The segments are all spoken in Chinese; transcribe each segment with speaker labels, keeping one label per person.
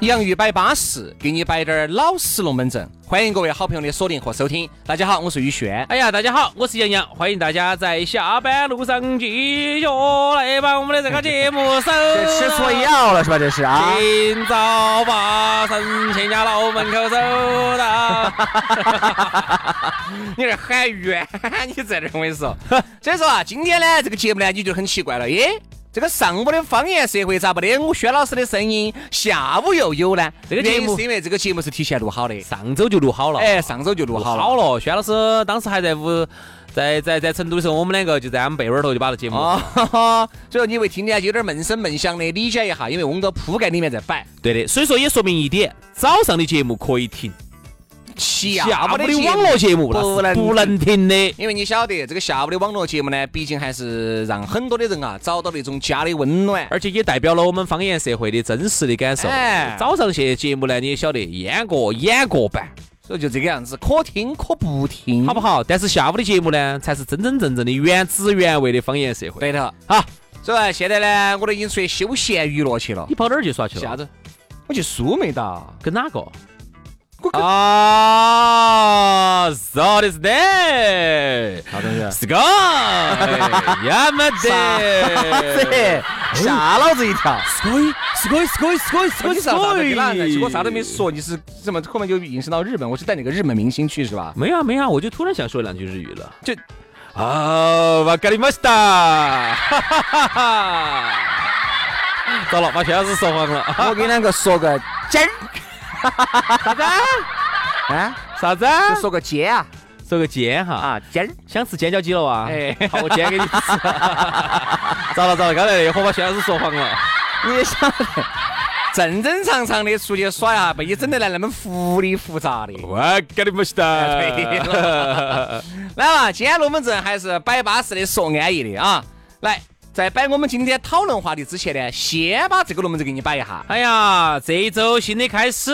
Speaker 1: 洋芋摆巴适，给你摆点儿老实龙门阵。欢迎各位好朋友的锁定和收听。大家好，我是宇轩。
Speaker 2: 哎呀，大家好，我是杨洋，欢迎大家在下班路上继续来把我们的这个节目收。
Speaker 3: 吃错药了是吧？这是啊，
Speaker 2: 今早把神仙家楼门口走到，你这喊 冤，你在这儿我跟你说，
Speaker 1: 所以说啊，今天呢这个节目呢，你就很奇怪了，耶，这个上午的方言社会咋不得我薛老师的声音，下午又有呢？
Speaker 2: 这个节目
Speaker 1: 原因是因为这个节目是提前录好的，
Speaker 2: 上周就录好了，
Speaker 1: 哎，上周就录
Speaker 2: 录
Speaker 1: 好了。
Speaker 2: 好了。薛老师当时还在屋，在在在成都的时候，我们两个就在我们被窝儿头就把这节目。
Speaker 1: 哦， 哈哈所以说你会听起来有点闷声闷响的，理解一下，因为我们个铺盖里面在摆。
Speaker 2: 对的，所以说也说明一点，早上的节目可以停，
Speaker 1: 下
Speaker 2: 下午
Speaker 1: 午的
Speaker 2: 的
Speaker 1: 节
Speaker 2: 网
Speaker 1: 目
Speaker 2: 络节目
Speaker 1: 不
Speaker 2: 那
Speaker 1: 能
Speaker 2: 是不能停的。
Speaker 1: 因为你晓得，这个下午的网络节目呢，毕竟还是让很多的人啊找到那种家的温暖。
Speaker 2: 而且也代表了我们方言社会的真实的感受。
Speaker 1: 哎
Speaker 2: 早上些节目呢，你也晓得，演过演过版，
Speaker 1: 所以就这个样子，可听可不听，
Speaker 2: 好不
Speaker 1: 好？
Speaker 2: 好？但是下午的节目呢，才是真真正正的原汁原味的方言社会。
Speaker 1: 对头。
Speaker 2: 好，
Speaker 1: 所以说现在呢，我都已经出去休闲娱 乐去了
Speaker 2: 你。跑哪儿去耍去了？
Speaker 1: 啥子？我去苏梅哒。
Speaker 2: 跟哪个？
Speaker 1: 我跟
Speaker 2: 啊，そうですね。
Speaker 1: 啥东西？啊
Speaker 2: 是个，也没
Speaker 1: 哎
Speaker 2: 得。
Speaker 3: 吓老子一 跳！
Speaker 2: すごい、すごい、すごい、すごい、す
Speaker 1: 我
Speaker 2: ご
Speaker 1: 你
Speaker 2: い、
Speaker 1: 啥啥都给
Speaker 2: す
Speaker 3: 啊
Speaker 1: 哪
Speaker 2: ご
Speaker 1: 个？
Speaker 2: い。
Speaker 1: 结果啥都没。说，你是怎么后面就引申到日本？我是带哪个日本明星去是吧？
Speaker 2: 没啊没啊，我就突然想说两句日语了。
Speaker 1: 就
Speaker 2: 啊，
Speaker 1: 哦
Speaker 2: わかりました。哈哈哈 糟了，把薛老师说慌了。
Speaker 3: 我给两个说个尖 儿
Speaker 2: 啥子？
Speaker 3: 啊，
Speaker 2: 啥子？
Speaker 3: 就说个尖啊
Speaker 2: 说个煎哈。
Speaker 3: 啊尖儿，
Speaker 2: 想吃尖椒鸡了哇？
Speaker 3: 哎，
Speaker 2: 好，我煎 给你吃。糟了糟了，刚才那伙把薛老师说慌了。
Speaker 1: 你也晓得，正正常常的出去耍一下，被你整得来那么复里复杂的。
Speaker 2: わかりま した。
Speaker 1: 对了来嘛，今天龙门阵还是摆巴适的，说安逸的啊。来，在摆我们今天讨论话题之前呢，先把这个龙门阵给你摆一下。
Speaker 2: 哎呀，这一周新的开始，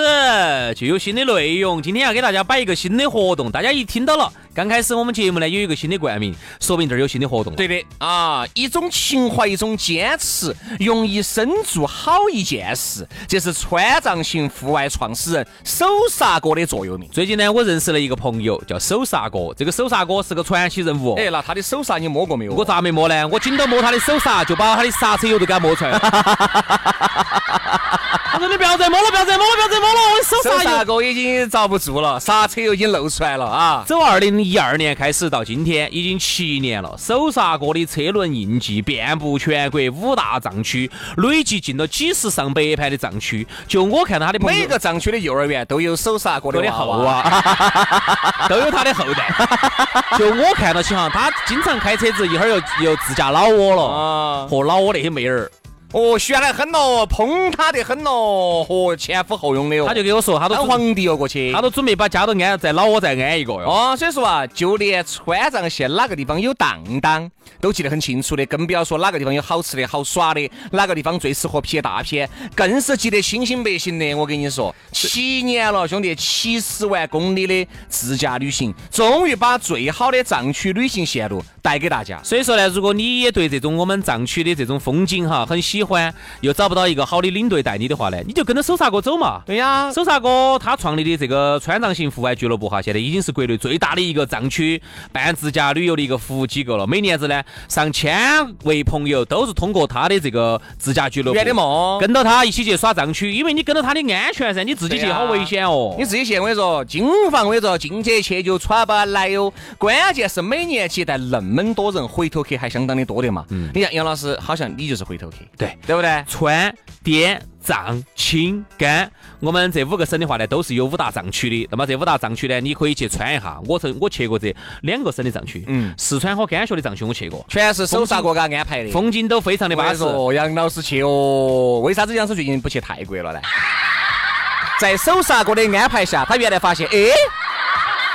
Speaker 2: 就有新的内容。今天要给大家摆一个新的活动，大家一听到了，刚开始我们节目呢有一个新的冠名，说明这儿有新的活动了。
Speaker 1: 对的啊，一种情怀，一种坚持，用一生做好一件事，这是川藏行户外创始人手刹哥的座右铭。
Speaker 2: 最近呢，我认识了一个朋友，叫手刹哥。这个手刹哥是个传奇人物。
Speaker 1: 哎，那他的手刹你摸过没有？
Speaker 2: 我咋没摸呢？我紧到摸他的手刹，就把他的刹车油都给他摸出 来了。他说：“你不要再摸了，不要再摸了，不要再摸了，我的手
Speaker 1: 手
Speaker 2: 刹
Speaker 1: 刹
Speaker 2: 油。
Speaker 1: 哥已经遭不住了，刹车油已经露出来了啊”！
Speaker 2: 走二零一二年开始到今天，已经七年了。手刹哥的车轮印记遍布全国五大藏区，累计进了几十上百盘的藏区。就我看到他的朋友
Speaker 1: 每个藏区的幼儿园都有手刹哥
Speaker 2: 我
Speaker 1: 的
Speaker 2: 的
Speaker 1: 娃
Speaker 2: 后
Speaker 1: 娃。
Speaker 2: 啊， 都有他的后代。就我看到起哈，他经常开车子，一会儿又又自驾老挝了，
Speaker 1: 啊，
Speaker 2: 和老挝那些妹儿，
Speaker 1: 哦，悬得很咯，捧他得很咯，和前呼后拥的哦，
Speaker 2: 他就给我说，他都
Speaker 1: 当
Speaker 2: 准
Speaker 1: 皇帝哦过去。
Speaker 2: 他都准备把家都安在老挝再安一个哟。
Speaker 1: 哦，所以说啊，就连川藏线哪个地方有荡荡，都记得很清楚的，更不要说哪个地方有好吃的好耍的，哪个地方最适合撇大片，更是记得清清白清的。我跟你说，七年了，兄弟，七十万公里的自驾旅行，终于把最好的藏区旅行线路带给大家。
Speaker 2: 所以说呢，如果你也对这种我们藏区的这种风景哈很喜喜欢，又找不到一个好的领队带你的话呢，你就跟着手刹哥走嘛。
Speaker 1: 对呀，
Speaker 2: 手刹哥他创立的这个川藏型户外俱乐部哈，现在已经是国内最大的一个藏区办自驾旅游的一个服务机构了。每年子呢，上千位朋友都是通过他的这个自驾俱乐部
Speaker 1: 圆的梦，
Speaker 2: 跟到他一起去耍藏区，因为你跟到他的安全噻，你自己去
Speaker 1: 对啊
Speaker 2: 好危险哦。
Speaker 1: 你自己去，我跟你说，金房我跟你说，进去去就耍不来哟。关键是每年接待那么多人，回头客还相当的多的嘛。你像杨老师，好像你就是回头客，
Speaker 2: 嗯对
Speaker 1: 对不对？
Speaker 2: 川、滇、藏、青、甘，我们这五个省的话呢，都是有五大藏区的。那么这五大藏区呢，你可以去穿一下。我曾我去过这两个省的藏区，
Speaker 1: 嗯
Speaker 2: 四川和甘肃的藏区我去过，
Speaker 1: 全是手刹国家安排的。
Speaker 2: 风景都非常的
Speaker 1: 我
Speaker 2: 巴
Speaker 1: 跟你
Speaker 2: 适。
Speaker 1: 说，杨老师去哦，为啥子杨老师最近不去泰国了呢？在手刹哥的安排下，他原来发现，哎，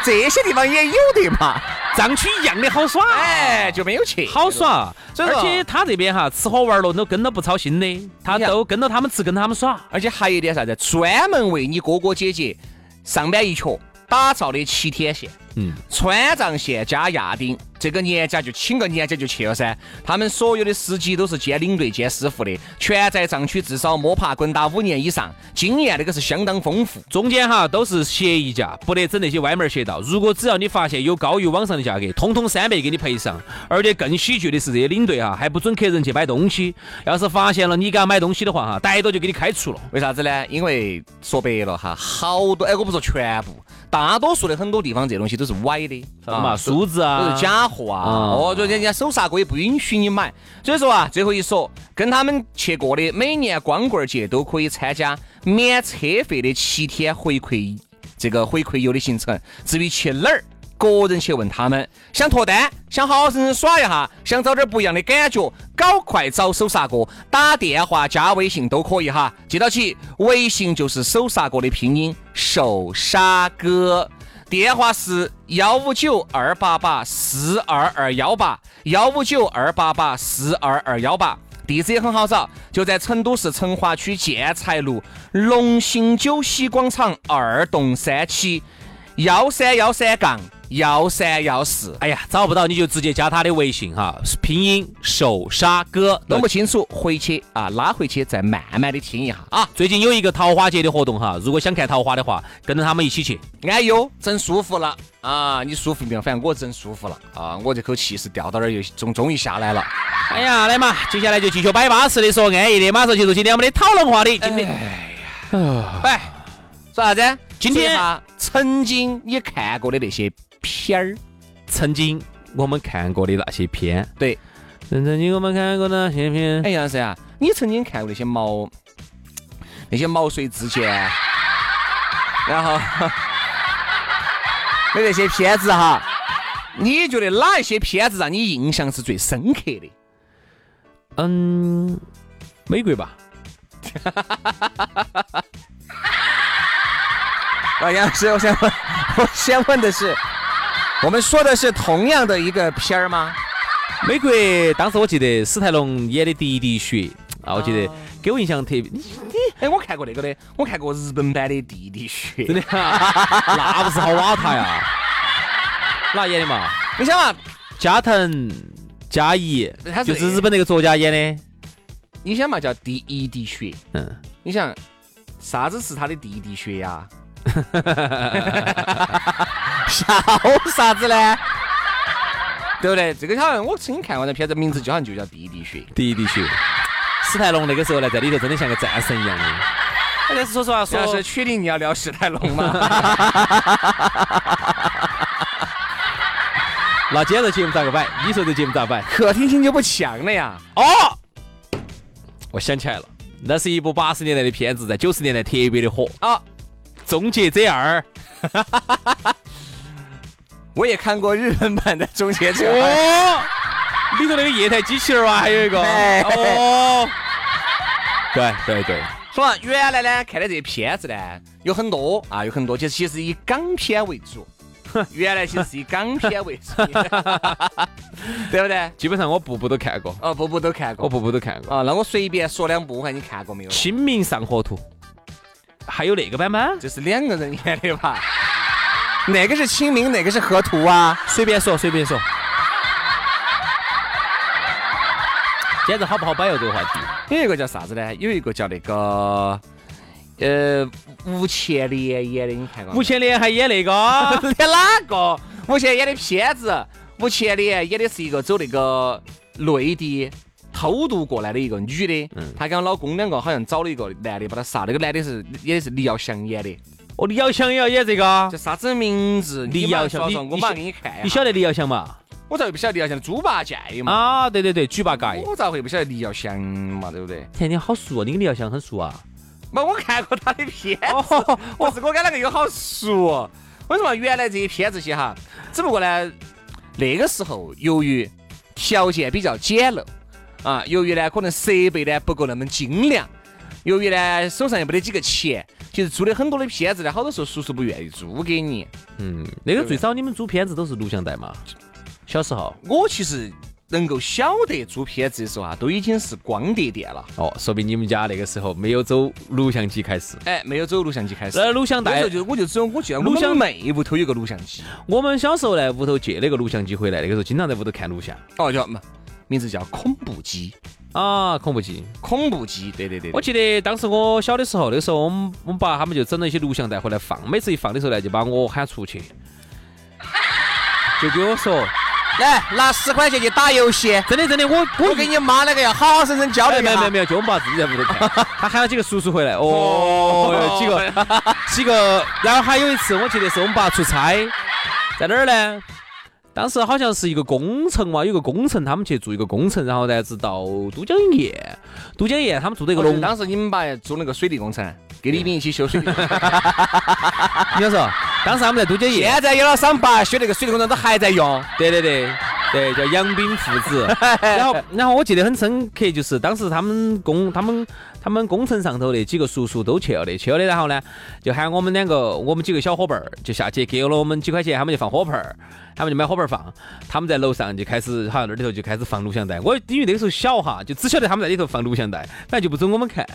Speaker 1: 这些地方也有的嘛，
Speaker 2: 藏区一样的好耍，
Speaker 1: 哎，就没有去，
Speaker 2: 啊好。耍。
Speaker 1: 所以
Speaker 2: 而
Speaker 1: 说
Speaker 2: 且他这边哈，吃喝玩乐都跟到不操心的，他
Speaker 1: 你看
Speaker 2: 都跟到他们吃，跟他们耍。
Speaker 1: 而且还有一点啥子，专门为你哥哥姐姐上班一瘸打造的七天线。
Speaker 2: 嗯，
Speaker 1: 川藏线加亚丁，这个年假就请个年假就去了噻。他们所有的司机都是兼领队兼师傅的，全在藏区至少摸爬滚打五年以上，经验那个是相当丰富。
Speaker 2: 中间哈都是协议价，不得整那些歪门邪道。如果只要你发现有高于网上的价格，通通三倍给你赔上。而且更喜剧的是，这些领队哈还不准客人去买东西，要是发现了你给他买东西的话哈，逮到就给你开除了。
Speaker 1: 为啥子呢？因为说白了哈，好多哎，我不说全部，大多数的很多地方这东西都是歪的，
Speaker 2: 啊嘛，梳子啊，
Speaker 1: 都是假货啊！
Speaker 2: 啊
Speaker 1: 哦，就人家手刹哥也不允许你买，所以说啊，最后一说，跟他们去过的每年光棍节都可以参加免车费的七天回馈这个回馈游的行程。至于去哪儿，个人去问他们。想脱单，想好好生生耍一下，想找点不一样的感觉，搞快找手刹哥，打电啊话加微信都可以哈。记到起，微信就是手刹哥的拼音手刹哥。电话是幺五九二八八四二二幺八，幺五九二八八四二二幺八。地址也很好找，就在成都市成华区建材路龙兴九西广场二栋三期幺三幺三杠幺三幺四。
Speaker 2: 哎呀，找不到你就直接加他的微信哈，拼音手刹哥。
Speaker 1: 弄不清楚，回去啊，拉回去再慢慢的听一下啊，
Speaker 2: 最近有一个桃花节的活动哈，如果想看桃花的话，跟着他们一起去。
Speaker 1: 安哟，整哎舒服了啊，你舒服没有？反正我整舒服了啊，我这口气是掉到那儿又终终于下来了。
Speaker 2: 哎呀，来嘛，接下来就继续摆巴适的说安逸的，马上进入今天我们的讨论话题。今天
Speaker 1: 喂，说啥子？
Speaker 2: 今天
Speaker 1: 说一下曾经你看过的那些片儿，
Speaker 2: 曾经我们看过的那些片，
Speaker 1: 对，
Speaker 2: 曾经我们看过的那些片，
Speaker 1: 哎，杨老师啊，你曾经看过那些毛那些毛遂自荐， 然后 的那些片子哈，你觉得哪一些片子让你印象是最深刻的？
Speaker 2: 嗯，美国吧，
Speaker 1: 啊，杨老师，我想问， 我先问的是，我们说的是同样的一个片儿吗？
Speaker 2: 美国当时我记得史泰龙演的《第一滴血》啊，我记得给我印象特别，
Speaker 1: 哎，我看过那个的，我看过日本版的《弟弟学》。
Speaker 2: 真的啊，那不是好瓦塔 呀，哪演的嘛？
Speaker 1: 你想嘛，
Speaker 2: 加藤加一
Speaker 1: 他，是
Speaker 2: 就是日本那个作家演的，
Speaker 1: 你想嘛叫第一滴血，
Speaker 2: 嗯，
Speaker 1: 你想啥子是他的第一滴血 呀、笑啥子呢？对不对？这个好像我曾经看过的片子，名字就好像就叫《第一滴血》。
Speaker 2: 《第一滴血》。史泰龙那个时候呢，在里头真的像个战神一样的。但是说实话，
Speaker 1: 主要是确定你要聊史泰龙吗？
Speaker 2: 那今天这节目咋个摆？你说这节目咋摆？
Speaker 1: 可听性就不强了呀。
Speaker 2: 哦，我想起来了，那是一部八十年代的片子，在九十年代特别的火啊，《终结者二》。
Speaker 1: 我也看过日本版的《终结者》
Speaker 2: 哦，里头那个液态机器人啊，还有一个
Speaker 1: 哎
Speaker 2: 哦，对对对，
Speaker 1: 说啊原来呢看的这些片子呢有很多啊，有很多，其实其实以港片为主。原来其实是以港片为 主，对不对？
Speaker 2: 基本上我步步都看过，
Speaker 1: 哦，步步都看
Speaker 2: 我
Speaker 1: 过。
Speaker 2: 步步都看过，《
Speaker 1: 哦，那我随便说两部，我看你看过没有？
Speaker 2: 清明上河图》，还有那个版本，
Speaker 1: 这是两个人演的吧？哪个是清明，哪个是河图啊？
Speaker 2: 随便说随便说。简直好不好摆哦这个话题。
Speaker 1: 有一个叫啥子呢？有一个叫那个呃吴倩莲演的，你看过吗？
Speaker 2: 吴倩莲还演 那个
Speaker 1: 演哪个？吴倩演的片子，吴倩莲演的是一个走那个内地偷渡过来的一个女的，
Speaker 2: 嗯
Speaker 1: 她跟她老公两个好像找了一个男的把她杀，那个男的是演的是李耀祥演的，
Speaker 2: 哦，李耀祥也要演这个
Speaker 1: 叫，啥子名字？你
Speaker 2: 李
Speaker 1: 马
Speaker 2: 耀
Speaker 1: 上
Speaker 2: 祥
Speaker 1: 说
Speaker 2: 你
Speaker 1: 我
Speaker 2: 你
Speaker 1: 马上
Speaker 2: 晓
Speaker 1: 给你看
Speaker 2: 你
Speaker 1: 一下。
Speaker 2: 晓得李耀祥嘛？
Speaker 1: 我咋会不晓得李耀祥？猪八戒嘛。
Speaker 2: 啊，对对对，举八戒。
Speaker 1: 我咋会不晓得李耀祥嘛？对不对？
Speaker 2: 天，你好熟哦，你跟李耀祥很熟啊。
Speaker 1: 没，我看过他的片子， 我是我跟那个又好熟哦。我跟你说嘛，原来这些片子些哈，只不过呢，那个时候由于条件比较简陋啊，由于呢可能设备呢不够那么精良，由于呢手上又没得几个钱，其实租的很多的片子呢，好多时候叔叔不愿意租给你。
Speaker 2: 嗯，那个最早你们租片子都是录像带嘛？小时候。
Speaker 1: 我其实能够晓得租片子的时候啊，都已经是光碟店了，
Speaker 2: 哦，说明你们家那个时候没有走录像机开始。
Speaker 1: 哎，没有走录像机开始。
Speaker 2: 那录像
Speaker 1: 那时
Speaker 2: 带
Speaker 1: 候，就我就只有我记得我
Speaker 2: 录像
Speaker 1: 们妹屋头有个录像机。
Speaker 2: 我们小时候呢，屋头借了个录像机回来，那个时候经常在屋头看录像
Speaker 1: 哦，叫嘛，名字叫恐怖机，
Speaker 2: 啊，恐怖机。
Speaker 1: 恐怖机，对对对
Speaker 2: 我
Speaker 1: 对，
Speaker 2: 记得当时我小的时候，那时候我们我们爸他们就整了一些录像带回来放，每次一放的时候呢，就把我喊出去，就给我 说，
Speaker 1: 来拿十块钱去打游戏，
Speaker 2: 真的真的，我
Speaker 1: 我跟你妈那个要好好生生交
Speaker 2: 哎
Speaker 1: 流一
Speaker 2: 没有没有
Speaker 1: 下。
Speaker 2: 没有，就我们爸自己在屋头看，他喊了几个叔叔回来，哦，有 几个几个，然后还有一次我记得是我们爸出差，在哪儿呢？当时好像是一个工程嘛，有个工程，他们去做一个工程，然后呢是到都江堰，都江堰他们做的一个
Speaker 1: 我记
Speaker 2: 龙
Speaker 1: 得，当时你们爸做那个水利工程，跟李斌一起修水利工程。
Speaker 2: 你要说，当时他们在都江堰，
Speaker 1: 现在有了伤疤，修那个水利工程都还在用。
Speaker 2: 对对对。对，叫杨斌父 子。然后，然后我记得很深刻，就是当时他们工他们他们工程上头那几个叔叔都去了的，去了的。然后呢，就喊我们两个，我们几个小伙伴儿就下去，给了我们几块钱，他们就放火盆儿，他们就买火盆儿放。他们在楼上就开始，好像那里头就开始放录像带。我因为那个时候小哈，就只晓得他们在里头放录像带，反正就不准我们看。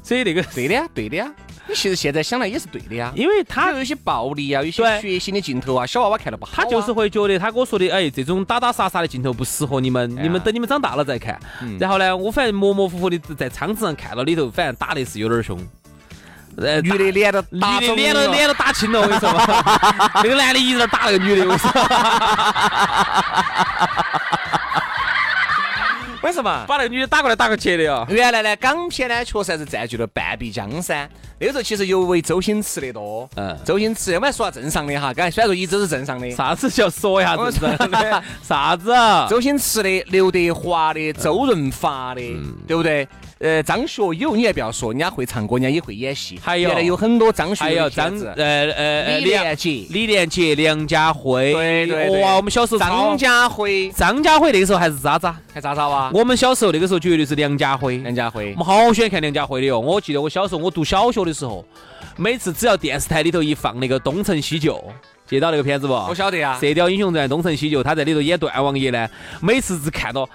Speaker 2: 所以那个，
Speaker 1: 对的呀，对的呀，你其实现在想来也是对的呀。
Speaker 2: 因为他
Speaker 1: 他有一些暴力啊，有一些
Speaker 2: 对
Speaker 1: 血腥的镜头啊，小娃娃看了不好啊。
Speaker 2: 他就是会觉得他跟我说的，哎，这种打打杀杀的镜头不适合你们，
Speaker 1: 呀
Speaker 2: 你们等你们长大了再看。然后呢，我反正模模糊糊的在窗子上看到里头，反正打的是有点凶。呃，
Speaker 1: 女的脸都
Speaker 2: 打女的脸都脸都打青了，我跟你说， 那个男的一直在打那个女的，我跟你说，
Speaker 1: 为什么？
Speaker 2: 把那个女的打过来打过去的 哟。
Speaker 1: 原来呢，港片呢确实还是占据了半壁江山。那个时候其实尤为周星驰的多。
Speaker 2: 嗯
Speaker 1: 周星驰，我们来说下正常的哈，刚才虽然说一直是正常的。
Speaker 2: 啥子叫说一下子？ 啥子？啊
Speaker 1: 周星驰的、刘德华的、周润发的，
Speaker 2: 嗯
Speaker 1: 对不对？呃，张学友，你还不要说，人家会唱歌，人家也会演戏。
Speaker 2: 还有
Speaker 1: 原来有很多张学
Speaker 2: 还
Speaker 1: 友
Speaker 2: 有
Speaker 1: 的
Speaker 2: 张
Speaker 1: 片子
Speaker 2: 呃呃呃
Speaker 1: 李连杰、
Speaker 2: 李连杰、梁家辉，
Speaker 1: 对对对
Speaker 2: 哇，我们小时候
Speaker 1: 张
Speaker 2: 超
Speaker 1: 家辉，
Speaker 2: 张家辉那个时候还是渣渣，
Speaker 1: 看啥啥哇？
Speaker 2: 我们小时候那个时候绝对是梁家辉，
Speaker 1: 梁家辉
Speaker 2: 我，们好喜欢看梁家辉的哟。我记得我小时候，我读小学的时候，每次只要电视台里头一放那个《东成西就》，接到那个片子不？
Speaker 1: 我啊晓得呀。
Speaker 2: 射雕英雄传》《东成西就》，他在里头演段王爷呢，每次只看到。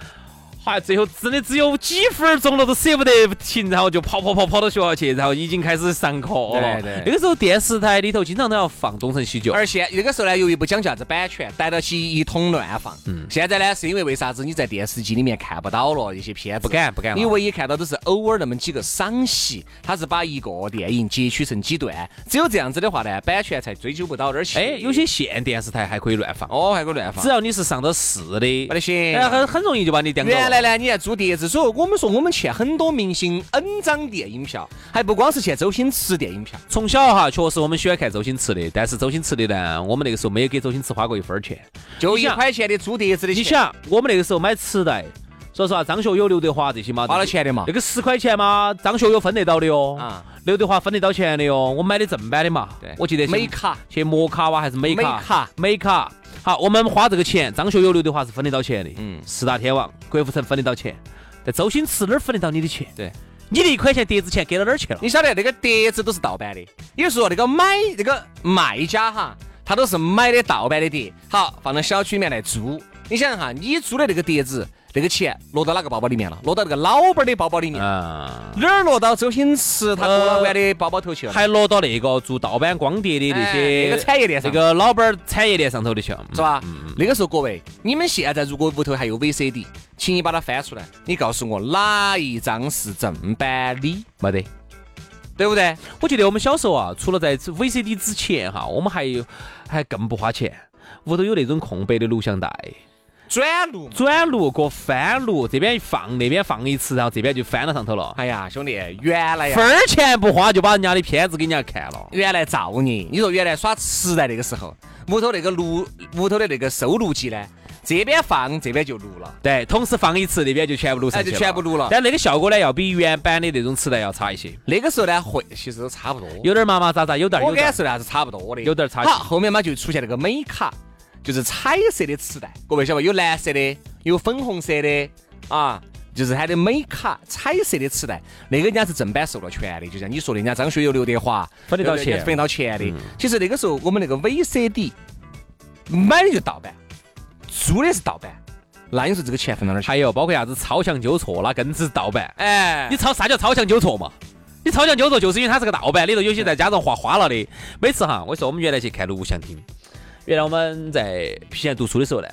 Speaker 2: 哎，最后真的只有几分钟了，都舍不得停，然后就跑跑跑跑到学校去，然后已经开始上课
Speaker 1: 对
Speaker 2: 了。
Speaker 1: 对
Speaker 2: 那个时候电视台里头经常都要放《东成西就》，
Speaker 1: 而且那个时候呢，由于不讲究啥子版权，逮到起一通乱放。嗯。现在呢，是因为为啥子你在电视机里面看不到了一些片子？
Speaker 2: 不敢不敢了
Speaker 1: 你唯一看到都是偶尔那么几个赏析，它是把一个电影截取成几段，只有这样子的话呢，版权才追究不到那儿去。
Speaker 2: 哎，有些县电视台还可以乱放，
Speaker 1: 哦，还给我乱放
Speaker 2: 只。要你是上到市的，
Speaker 1: 没得行
Speaker 2: 哎，很很容易就把你颠倒了。
Speaker 1: 啊原来呢，你还租碟子，所以我们说我们欠很多明星 N 张电影票，还不光是欠周星驰电影票。
Speaker 2: 从小哈，确实我们喜欢看周星驰的，但是周星驰的呢，我们那个时候没有给周星驰花过一分儿钱。
Speaker 1: 就一
Speaker 2: 想
Speaker 1: 块钱的租碟子的
Speaker 2: 你
Speaker 1: 钱，
Speaker 2: 想，我们那个时候买磁带，说实话，张学友、刘德华这些嘛，
Speaker 1: 花了钱的嘛
Speaker 2: 那个十块钱嘛，张学友分得到的哟，
Speaker 1: 啊
Speaker 2: 刘德华分得到钱的哟。我买的正版的嘛，
Speaker 1: 对
Speaker 2: 我记得去
Speaker 1: 美卡
Speaker 2: 去摩卡哇还是美卡？
Speaker 1: 美卡，
Speaker 2: 美卡。好，我们花这个钱，张学友、刘德华是分得到钱的，
Speaker 1: 嗯
Speaker 2: 嗯，四大天王、郭富城分得到钱，但周星驰哪儿分得到你的钱？
Speaker 1: 对，
Speaker 2: 你的一块钱碟子钱给到哪儿去了？
Speaker 1: 你晓得那个碟子都是盗版的，也就是说那个买那个卖家哈，他都是买的盗版的碟，好放到小区里面来租。你想哈，你租的那个碟子，那个钱落到哪个包包里面了？落到那个老板儿的包包里面，
Speaker 2: 啊。
Speaker 1: 哪儿落到周星驰他郭老板的包包头去了？
Speaker 2: 还落到那个做盗版光碟的那
Speaker 1: 哎
Speaker 2: 些
Speaker 1: 那个产业链上
Speaker 2: 那个老板儿产业链上头的去，嗯
Speaker 1: 是吧？那个时候各位，你们现在如果屋头还有 VCD，请你把它翻出来，你告诉我哪一张是正版的，
Speaker 2: 没得。
Speaker 1: 对不对？
Speaker 2: 我觉得我们小时候啊，除了在 VCD 之前哈，我们还有还更不花钱，屋头有那种空白的录像带，
Speaker 1: 转录嘛。
Speaker 2: 转录过翻录，这边一放那边放一次，然后这边就翻到上头了，
Speaker 1: 哎呀，兄弟，原哎来呀
Speaker 2: 分，儿钱不花就把人家的片子给人家看了。
Speaker 1: 原来造孽！你说原来耍磁带那个时候，屋头那个录屋头的那个收录机呢，这边放这边就录了。
Speaker 2: 对，同时放一次，那边就全部录上
Speaker 1: 哎
Speaker 2: 去
Speaker 1: 就
Speaker 2: 了，
Speaker 1: 全部录了
Speaker 2: 但那个效果呢，要比原版的那种磁带要差一些，
Speaker 1: 那个时候呢，会其实都差不多。
Speaker 2: 有点麻麻扎扎，有点儿
Speaker 1: 我
Speaker 2: 有点
Speaker 1: 感
Speaker 2: 儿。
Speaker 1: 受呢还是差不多的，
Speaker 2: 有点儿差距
Speaker 1: 好，后面嘛就出现了个美卡，就是彩色的磁带，各位晓得吧？有蓝色的，有粉红色的，啊，就是它的美卡彩色的磁带，那个人家是正版授了权的，就像你说的，人家张学友、刘德华
Speaker 2: 分得到钱嗯
Speaker 1: 人家分得到钱的。其实那个时候我们那个 VCD 买的就盗版，租的是盗版，那你说这个钱分到哪儿去？
Speaker 2: 还有包括啥子超强纠错，那更是盗版。
Speaker 1: 哎
Speaker 2: 你，超啥叫超强纠错嘛？你超强纠错就是因为它是个盗版，里头有些再加上画花了的。每次哈，我说我们原来去看录像厅，原来我们在西安读书的时候呢，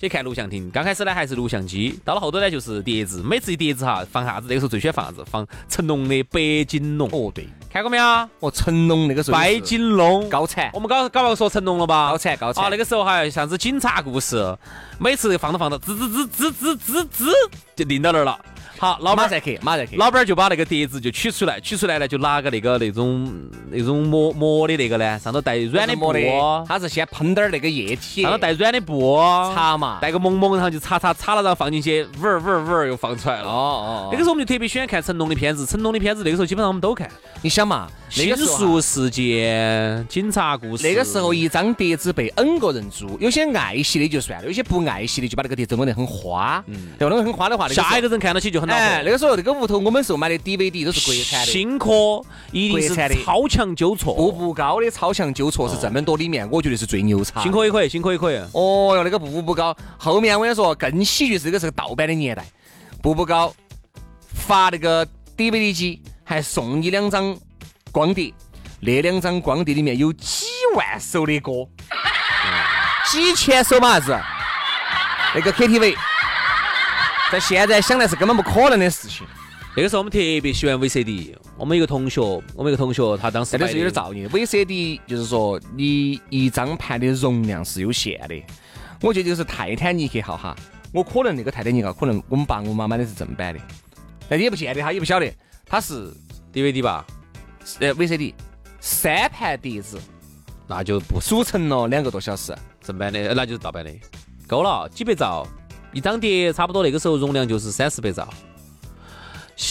Speaker 2: 去看录像厅，刚开始呢还是录像机，到了后头呢就是碟子，每次一碟子哈放啥子，那个时候最喜欢放啥子，放成龙的《北京龙》，
Speaker 1: 哦对，
Speaker 2: 看过没有？
Speaker 1: 哦成龙那个时候
Speaker 2: 白金龙，
Speaker 1: 高产
Speaker 2: 我，们搞搞不好说成龙了吧？
Speaker 1: 高产，高产。
Speaker 2: 啊，那个时候还有啥子警察故事，每次放着放着，吱吱吱吱吱吱吱，就定到那儿了。好，老
Speaker 1: 马
Speaker 2: 板
Speaker 1: 赛克，马赛克，
Speaker 2: 老板就把那个碟子就取出来，取出来呢就拿个那个那种那种磨磨的那个呢，上头带软的布，上
Speaker 1: 它是先喷点儿那个液体，
Speaker 2: 头带软的布，
Speaker 1: 擦嘛。
Speaker 2: 带个蒙蒙，然后就擦擦擦了，然后放进去，呜儿呜儿呜儿又放出来了。
Speaker 1: 哦
Speaker 2: 那个时候我们就特别喜欢看成龙的片子，成龙的片子那个时候基本上我们都看，《
Speaker 1: 你想嘛，那
Speaker 2: 新
Speaker 1: 个时候
Speaker 2: 宿
Speaker 1: 啊。
Speaker 2: 事件》《警察故事》。
Speaker 1: 那个时候，一张碟子被 N 个人租，有些爱惜的就算了，有些不爱惜的就把那个碟子弄得很花，对吧？弄得很花的话，那时候
Speaker 2: 嗯下一个人看到起就很恼火。
Speaker 1: 哎，那个时候那个屋头我们售买的 DVD 都是国产的，
Speaker 2: 新科一定
Speaker 1: 国产的
Speaker 2: 是超强纠错。
Speaker 1: 步步高的超强纠错是这么多里面，我觉得是最牛叉。
Speaker 2: 新科也可以，新科也可以。
Speaker 1: 哦哟，那个步步高，后面我跟你说，更喜剧是这个是个盗版的年代，步步高发那个 DVD 机，还送你两张光碟，那两张光碟里面有几万首的歌，几千首嘛啥子，那个 KTV。在现在想来是根本不可能的事情，
Speaker 2: 那个时候我们特别喜欢 VCD，我们一个同学，我们一个同学他当时
Speaker 1: 这都是有点
Speaker 2: 造。
Speaker 1: 造孽。VCD 就是说，你一张盘的容量是有限的。我觉得就是泰坦尼克号哈，我可能那个泰坦尼克号，可能我们爸我妈买的是正版的，但也不见得哈，也不晓得它是
Speaker 2: DVD 吧，
Speaker 1: 呃 VCD 三盘碟子
Speaker 2: 那就不是
Speaker 1: 组成了两个多小时。
Speaker 2: 正版的，那就是盗版的。够了，几百兆，一张碟差不多那个时候容量就是三四百兆。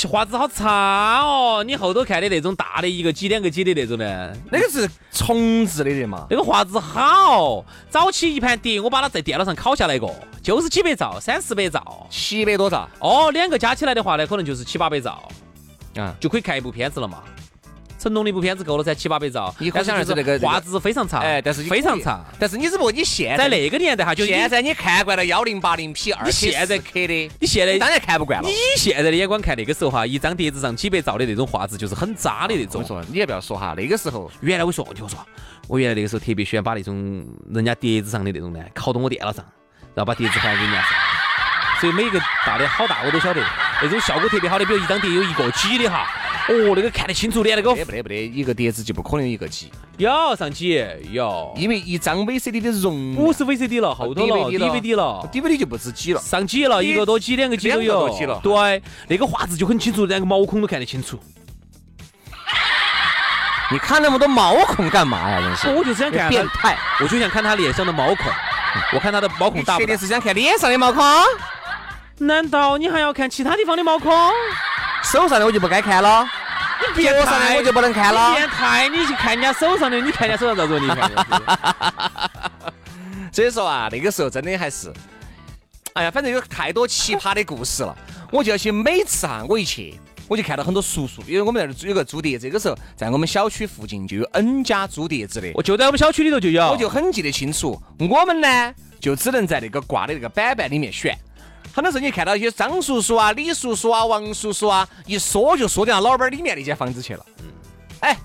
Speaker 2: 画质好差哦！你后头看的那种大的一个 G 两个 G 的那种呢，
Speaker 1: 那个是重置的的嘛？
Speaker 2: 那个画质好。早期一盘碟，我把它在电脑上拷下来过，就是几百兆，三四百兆。
Speaker 1: 七百多兆
Speaker 2: 哦，两个加起来的话呢，可能就是七八百兆，
Speaker 1: 啊！
Speaker 2: 就可以看一部片子了嘛。成龙的一部片子够了噻，七八百兆，
Speaker 1: 你可
Speaker 2: 但是
Speaker 1: 想而知
Speaker 2: 就是
Speaker 1: 那个
Speaker 2: 画质非常差，
Speaker 1: 哎，但是你
Speaker 2: 非常
Speaker 1: 可以
Speaker 2: 差。
Speaker 1: 但是你只不过你现
Speaker 2: 在
Speaker 1: 在
Speaker 2: 那个年代哈，就
Speaker 1: 现在你看惯了幺零八零 P 二
Speaker 2: 你现在
Speaker 1: K 的，
Speaker 2: 你现在
Speaker 1: 当然看不惯了
Speaker 2: 你。现在的眼光看那个时候哈，一张碟子上几百兆的那种画质就是很渣的那
Speaker 1: 我跟
Speaker 2: 种
Speaker 1: 你。说，你也不要说哈，那个时候
Speaker 2: 哦原来我说，我听我说，我原来那个时候特别喜欢把那种人家碟子上的那种呢，拷到我电脑上，然后把碟子还给人家。所以每一个大的好大我都晓得，那种效果特别好的，比如一张碟有一个 G 的哈，哦，那个看得清楚，连那
Speaker 1: 没
Speaker 2: 个
Speaker 1: 得不得不得，一个碟子就不可能有一个 G，
Speaker 2: 有上几有，
Speaker 1: 因为一张 VCD 的容
Speaker 2: 不是 VCD 了，后头了
Speaker 1: DVD 了
Speaker 2: DVD 了。
Speaker 1: DVD 就不止 G 了。
Speaker 2: 上几了，一个多几，两个几
Speaker 1: 两
Speaker 2: 都
Speaker 1: 个
Speaker 2: 有
Speaker 1: 多几了。
Speaker 2: 对，那个画质就很清楚，连个毛孔都看得清楚。
Speaker 1: 你看那么多毛孔干嘛呀？ 真是
Speaker 2: 我就想看
Speaker 1: 变
Speaker 2: 他，
Speaker 1: 态。
Speaker 2: 我就想看他脸上的毛孔，我看他的毛孔大不大。
Speaker 1: 是想看脸上的毛孔？
Speaker 2: 难道你还要看其他地方的毛孔？
Speaker 1: 手上的我就不该看了，
Speaker 2: 你变
Speaker 1: 桌上的我就不能看了
Speaker 2: 你变态，你去看人家手上的，你看人家手上咋子？你看人 家，
Speaker 1: 所以说啊，那个时候真的还是，哎呀，反正有太多奇葩的故事了。我就要去每次哈，我一去。我就看到很多叔叔，因为我们那儿租有个租碟子，这个时候在我们小区附近就有 N 家租碟子的，
Speaker 2: 我就在我们小区里头就有。
Speaker 1: 我就很记得清楚。我们呢，就只能在那个挂的那个板板里面选。很多时候你看到一些张叔叔啊、李叔叔啊、王叔叔啊，一说就说到老板儿里面那间房子去了。哎，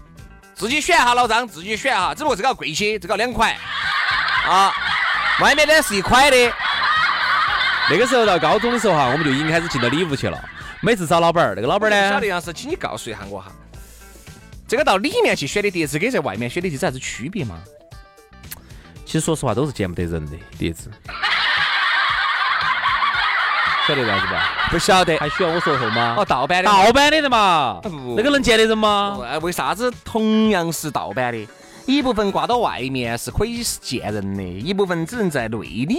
Speaker 1: 自己选哈，老张自己选哈，只不过这个要贵些，这个要两块啊，外面呢是一块的。
Speaker 2: 那个时候到高中的时候哈，我们就已经开始进到礼物去了。每次找老板儿，那个老
Speaker 1: 不
Speaker 2: 板儿
Speaker 1: 晓
Speaker 2: 呢
Speaker 1: 得，杨老师，请你告诉一下我哈，这个到里面去选的碟子跟在外面选的碟子有啥子区别吗？
Speaker 2: 其实说实话都是见不得人的碟子，晓得为啥子吧？
Speaker 1: 不晓得。
Speaker 2: 还需要我说后吗？
Speaker 1: 哦，盗版的。
Speaker 2: 盗版的的嘛，那个能见得人吗？
Speaker 1: 哎，为啥子同样是盗版的，一部分挂到外面是可以见人的，一部分只能在内里里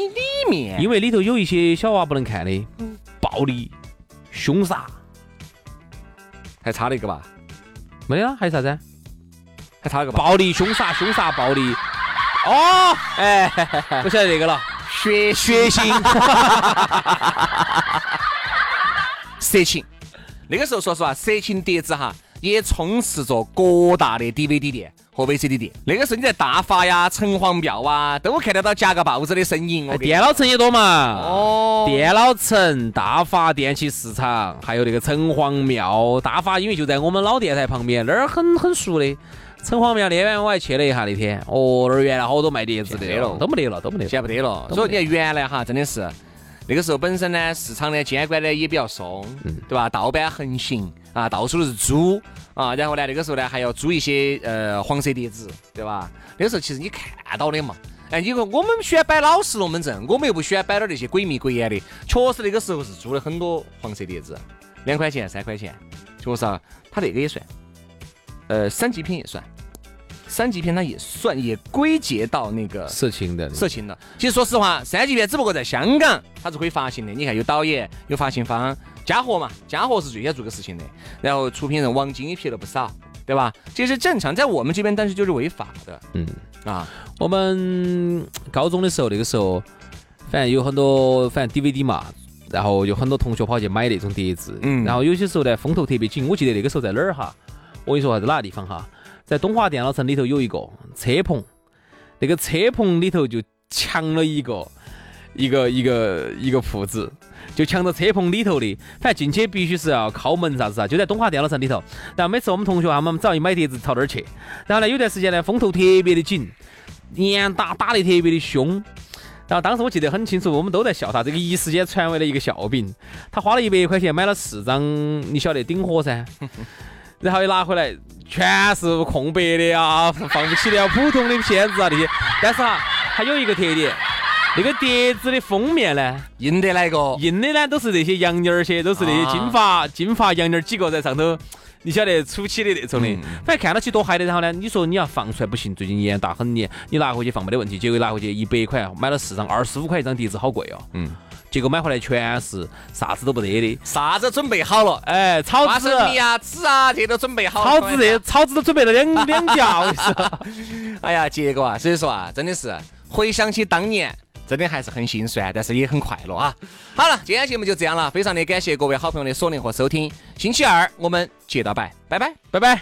Speaker 1: 面。
Speaker 2: 因为里头有一些小娃不能看的，暴力、凶杀，
Speaker 1: 还差了一个吧？
Speaker 2: 没得啊？还有啥子？
Speaker 1: 还差了一个吧？
Speaker 2: 暴力、凶杀、凶杀、暴力。哦，哎， 我晓得那个了，
Speaker 1: 血血腥， 色情。那个时候，说实话，色情碟子哈，也充斥着各大的 DVD 店和 VCD 店。那个时候你在大发呀、城隍庙啊，都看得到夹个报纸的身影。我跟你
Speaker 2: 电脑城也多嘛。
Speaker 1: 哦
Speaker 2: 电脑城、大发电器市场，还有那个城隍庙。大发因为就在我们老电台旁边，那儿很很熟的。城隍庙那晚我还去了一下那天，哦，那儿原来好多卖碟子的哦
Speaker 1: 现在了
Speaker 2: 都没得了，都没得
Speaker 1: 见不
Speaker 2: 了。
Speaker 1: 得了。
Speaker 2: 懂
Speaker 1: 所以你看原来哈，真的是那个时候本身呢，市场呢监管呢也比较松，对吧？盗版横行啊，到处都是租啊，然后呢，那个时候呢还要租一些呃黄色碟子，对吧？那个时候其实你看到的嘛。哎，你说我们喜欢摆老实龙门阵，我们又不喜欢摆点那些鬼迷鬼眼的。确实那个时候是租了很多黄色碟子，两块钱、三块钱，确实啊，它那个也算，呃，三级片也算，三级片它也算也归结到那个
Speaker 2: 色情的，
Speaker 1: 色情的。其实说实话，三级片只不过在香港它是可以发行的。你看有导演，有发行方，嘉禾嘛，嘉禾是最先做这个事情的。然后出品人王晶也批了不少，对吧？这是正常，在我们这边但是就是违法的。
Speaker 2: 嗯
Speaker 1: 啊，
Speaker 2: 我们高中的时候，那个时候，反正有很多，反正 DVD 嘛，然后有很多同学跑去买那种碟子，
Speaker 1: 嗯
Speaker 2: 然后有些时候呢，风头特别紧。我记得那个时候在哪儿哈？我跟你说哈，在哪个地方哈？在东华电脑城里头有一个车棚，那个车棚里头就抢了一个一个一个一个铺子，就抢到车棚里头的，反正进去必须是要敲门啥子啊，就在东华电脑城里头。然后每次我们同学他们只要一买碟子朝那儿去，然后呢有段时间呢风头特别的紧，严打打得特别的凶。然后当时我记得很清楚，我们都在笑他，这个一时间传为了一个笑柄。他花了一百块钱买了四张，你晓得顶火噻， 然后一拿回来全是空白的啊，放不起的啊，普通的片子啊那些。但是哈、它有一个特点，那个碟子的封面呢，
Speaker 1: 赢得哪个？
Speaker 2: 印的呢都是那些洋妞儿些，都是那些金发、金发洋妞儿几个在上头，你晓得初期的那种的，反正看到起多嗨的。然后呢，你说你要放出来不行，最近严打很严，你拿回去放没得问题。结果拿回去一百块，买了四张，二十五块一张碟子，好贵哦。嗯。结果买回来全是啥子都不得的，
Speaker 1: 啥子准备好了？
Speaker 2: 哎，
Speaker 1: 花
Speaker 2: 草纸。
Speaker 1: 生米啊、纸啊，这都准备好了。
Speaker 2: 草纸这草纸都准备了两两架，我跟你说，
Speaker 1: 哎呀，结果啊，所以说啊，真的是回想起当年。真的还是很心酸，但是也很快乐啊！好了，今天节目就这样了，非常的感谢各位好朋友的锁定和收听。星期二我们接着拜，拜拜。
Speaker 2: 拜拜。